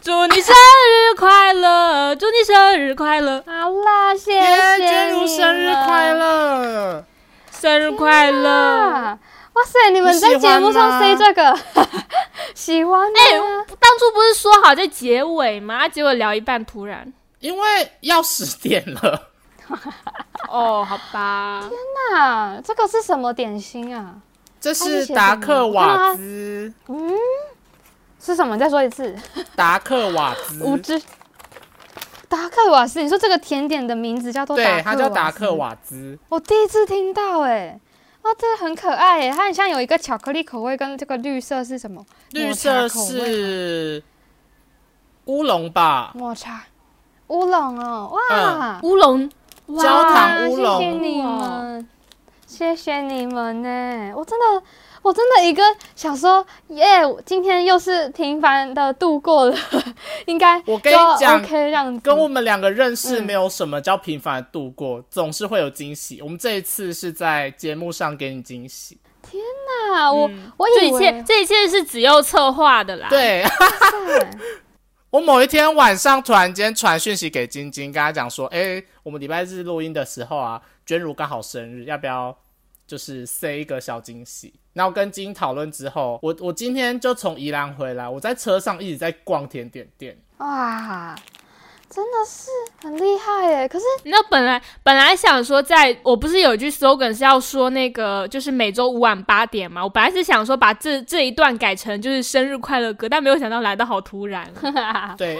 Speaker 4: 祝你生日快乐！祝你生日快乐！
Speaker 2: 好啦，谢
Speaker 3: 耶，
Speaker 2: 谢
Speaker 3: 娟如
Speaker 2: 你
Speaker 3: 生日快
Speaker 2: 了
Speaker 3: 乐！
Speaker 4: 生日快乐！
Speaker 2: 啊！哇塞，你们
Speaker 3: 你
Speaker 2: 在
Speaker 3: 喜
Speaker 2: 节
Speaker 3: 欢
Speaker 2: 目上
Speaker 3: 吗
Speaker 2: say 这个， 喜欢啊吗？
Speaker 4: 哎当初不是说好在结尾吗？啊结果聊一半突然。
Speaker 3: 因为要十点了，
Speaker 4: 哦，好吧。
Speaker 2: 那啊这个是什么点心啊？
Speaker 3: 这
Speaker 2: 他是
Speaker 3: 是
Speaker 2: 写
Speaker 3: 达
Speaker 2: 什么
Speaker 3: 克
Speaker 2: 我看到
Speaker 3: 瓦
Speaker 2: 他
Speaker 3: 兹，
Speaker 2: 嗯，是什么？你再说一次。
Speaker 3: 达克瓦兹，
Speaker 2: 无知。达克瓦斯，你说这个甜点的名字叫做达克瓦
Speaker 3: 对，
Speaker 2: 斯？
Speaker 3: 它叫达克。瓦兹。
Speaker 2: 我第一次听到哎、哇，这很可爱哎、它很像有一个巧克力口味，跟这个绿色是什么？
Speaker 3: 绿
Speaker 2: 抹
Speaker 3: 色
Speaker 2: 茶口味
Speaker 3: 是乌龙吧？
Speaker 2: 抹茶乌龙哦，哇，
Speaker 4: 乌龙，
Speaker 2: 哇
Speaker 3: 焦糖嗯乌龙
Speaker 2: 谢谢你们，谢谢你们呢、我真的。我真的一个想说，耶！我今天又是平凡的度过了， 应该
Speaker 3: 我跟你讲
Speaker 2: 就 OK 这样子。
Speaker 3: 跟我们两个认识没有什么叫频繁地度过，总是会有惊喜。我们这一次是在节目上给你惊喜，
Speaker 2: 嗯啊，我、
Speaker 3: 嗯
Speaker 2: 我
Speaker 4: 这
Speaker 2: 以
Speaker 4: 一
Speaker 2: 为
Speaker 4: 切这一切是子佑策划的啦。，
Speaker 3: 对
Speaker 2: 对
Speaker 3: 我某一天晚上突然间传讯息给晶晶，跟她讲说：“哎、我们礼拜日录音的时候啊，娟如刚好生日，要不要就是塞一个小惊喜？”然后跟晶晶讨论之后，我我今天就从宜兰回来，我在车上一直在逛甜点店。
Speaker 2: 哇，真的是很厉害耶！ 可是
Speaker 4: 你知道本来本来想说在，我不是有一句 slogan 是要说那个就是每周五晚八点嘛，我本来是想说把这这一段改成就是生日快乐歌，但没有想到来的好突然。
Speaker 2: 啊
Speaker 3: 对，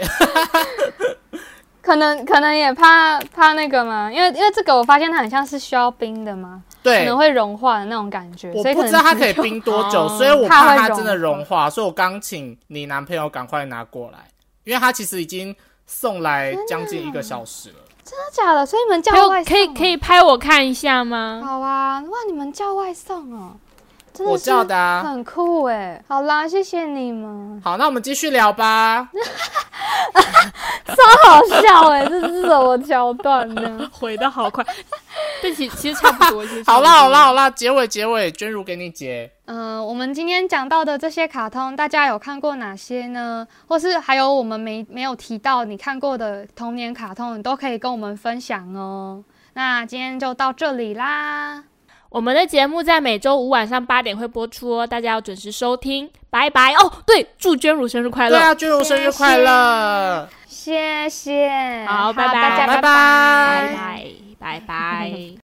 Speaker 2: 可能可能也怕怕那个嘛，因为因为这个我发现它很像是需要冰的嘛，可
Speaker 3: 对，
Speaker 2: 能会融化的那种感觉，
Speaker 3: 我
Speaker 2: 所以
Speaker 3: 不
Speaker 2: 可
Speaker 3: 知道
Speaker 2: 能哦
Speaker 3: 它可以冰多 久，所以我
Speaker 2: 怕
Speaker 3: 怕
Speaker 2: 会
Speaker 3: 它
Speaker 2: 融
Speaker 3: 真的融
Speaker 2: 化
Speaker 3: 化，所以我刚请你男朋友赶快拿过来，因为它其实已经送来将近一个小时了。
Speaker 2: 真的假的？所以你们叫
Speaker 4: 还有
Speaker 2: 外送哦
Speaker 4: 可以可以拍我看一下 吗？
Speaker 2: 好啊！哇，你们叫外送哦，真的
Speaker 3: 我
Speaker 2: 是
Speaker 3: 叫的啊。
Speaker 2: 很酷哎！好啦，谢谢你们，
Speaker 3: 好，那我们继续聊吧。
Speaker 2: 超好笑哎！这是什么桥段 呢？
Speaker 4: 回的好 快，但其其实差不多。其实差
Speaker 3: 好
Speaker 4: 不多
Speaker 3: 啦好啦，好啦，结尾结尾，娟如给你结。
Speaker 2: 嗯，我们今天讲到的这些卡通，大家有看过哪些呢？或是还有我们没没有提到你看过的童年卡通，你都可以跟我们分享哦。那今天就到这里啦，
Speaker 4: 我们的节目在每周五晚上八点会播出哦，大家要准时收听。拜拜哦，对，祝娟如生日快
Speaker 3: 对
Speaker 4: 乐！
Speaker 3: 啊，娟如生日快乐！
Speaker 2: 谢谢，
Speaker 4: 好拜拜
Speaker 2: 大家
Speaker 4: 拜
Speaker 2: 拜
Speaker 3: 拜
Speaker 4: 拜拜拜拜。